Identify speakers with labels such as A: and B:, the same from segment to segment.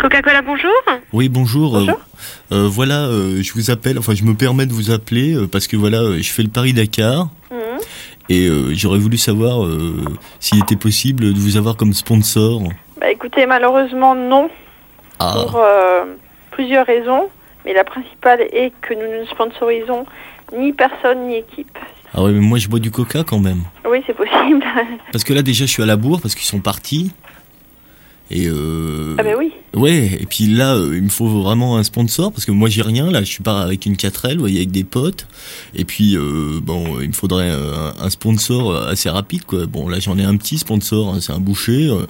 A: Coca-Cola, bonjour.
B: Oui, bonjour.
A: Bonjour.
B: Euh, euh, voilà, euh, je vous appelle, enfin je me permets de vous appeler euh, parce que voilà, euh, je fais le Paris-Dakar
A: Mhm.
B: et euh, j'aurais voulu savoir euh, s'il était possible de vous avoir comme sponsor.
A: Bah écoutez, malheureusement non,
B: Ah,
A: pour euh, plusieurs raisons, mais la principale est que nous ne sponsorisons ni personne ni équipe.
B: ah ouais, mais moi je bois du coca quand même.
A: Oui, c'est possible.
B: Parce que là déjà je suis à la bourre parce qu'ils sont partis. Et euh,
A: ah ben oui.
B: ouais, et puis là euh, il me faut vraiment un sponsor parce que moi j'ai rien là, je suis pas avec une 4L, vous voyez, avec des potes. Et puis euh, bon, il me faudrait euh, un sponsor euh, assez rapide quoi. Bon là j'en ai un petit sponsor, hein, c'est un boucher, euh,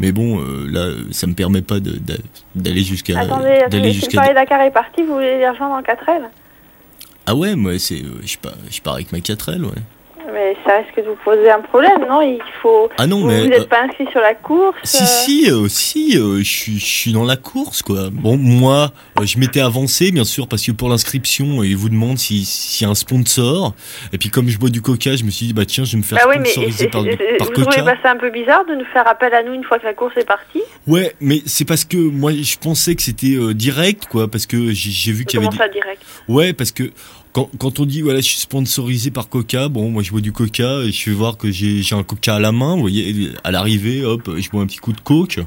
B: mais bon euh, là euh, ça me permet pas de- d'a- d'aller jusqu'à
A: attendez,
B: Euh, d'aller
A: attendez, si le
B: jusqu'à
A: Paris Dakar est parti, vous voulez les rejoindre en 4L
B: ah ouais moi c'est euh, je pars je pars avec ma 4L ouais
A: Mais ça risque de vous poser un problème, non Il faut...
B: ah non
A: vous
B: mais
A: n'êtes pas inscrit sur la course
B: Si,
A: euh,
B: si, euh, si, euh, je suis- je suis dans la course, quoi. Bon, moi, euh, je m'étais avancé, bien sûr, parce que pour l'inscription, euh, ils vous demandent si- s'il y a un sponsor. Et puis, comme je bois du coca, je me suis dit, bah tiens, je vais me faire
A: Bah oui, mais
B: sponsoriser
A: c'est-
B: par,
A: c'est- c'est-
B: par
A: vous trouvez
B: coca.
A: pas ça un peu bizarre de nous faire appel à nous une fois que la course est partie
B: Ouais, mais c'est parce que moi, je pensais que c'était euh, direct, quoi, parce que j'ai- j'ai vu qu'il y
A: Comment
B: avait des...
A: ça, direct
B: Ouais, parce que quand, quand on dit, voilà, je suis sponsorisé par coca, bon, moi, je bois du coca, et je vais voir que j'ai j'ai un coca à la main, vous voyez, à l'arrivée, hop, je bois un petit coup de coke.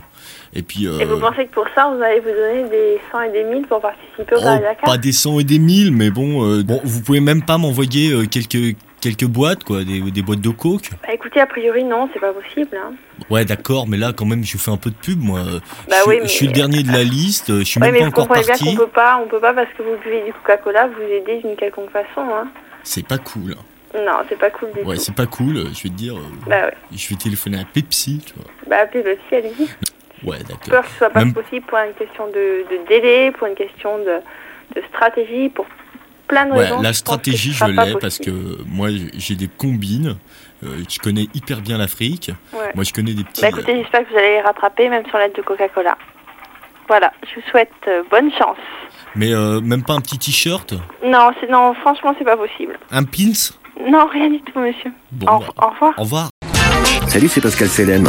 B: Et puis...
A: Et vous
B: euh,
A: pensez que pour ça, vous allez vous donner des 100 et des 1000 pour participer au
B: Oh,
A: Paris Dakar
B: pas des 100 et des 1000, mais bon, euh, bon vous pouvez même pas m'envoyer euh, quelques, quelques boîtes, quoi, des, des boîtes de coke.
A: Bah écoutez, a priori, non, c'est pas possible. Hein.
B: Ouais, d'accord, mais là, quand même, je vous fais un peu de pub, moi. Euh,
A: Bah
B: je,
A: oui,
B: suis-
A: mais-
B: je suis le dernier de la liste, euh, je suis
A: Oui,
B: même
A: mais
B: pas
A: vous
B: encore
A: comprenez bien
B: parti.
A: qu'on peut pas, on peut pas parce que vous buvez du Coca-Cola, vous aider d'une quelconque façon. Hein.
B: C'est pas cool.
A: Non, c'est pas cool du
B: Ouais,
A: tout.
B: c'est pas cool, euh, je vais te dire, euh,
A: Bah ouais.
B: je vais téléphoner à Pepsi, tu vois.
A: Bah appelez le ciel, allez-y.
B: Ouais, d'accord.
A: Peur que ce soit pas
B: Même-
A: possible pour une question de, de délai, pour une question de, de stratégie, pour plein de
B: Ouais,
A: raisons. je
B: la
A: pense que
B: stratégie,
A: ce
B: je
A: sera pas
B: l'ai parce
A: possible.
B: que moi, j'ai des combines. euh, je connais hyper bien l'Afrique.
A: Ouais.
B: Moi, je connais des petits.
A: Bah écoutez, j'espère que vous allez les rattraper, même sans l'aide de Coca-Cola. Voilà, je vous souhaite euh, bonne chance.
B: Mais euh, même pas un petit t-shirt,
A: Non, c'est non, franchement, c'est pas possible.
B: un pins.
A: Non, rien du tout, monsieur.
B: Bon,
A: Au,
B: bah,
A: au revoir.
B: au revoir.
C: Salut, c'est Pascal Selem.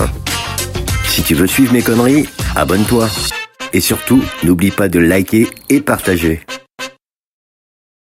C: Si tu veux suivre mes conneries, abonne-toi. Et surtout, n'oublie pas de liker et partager.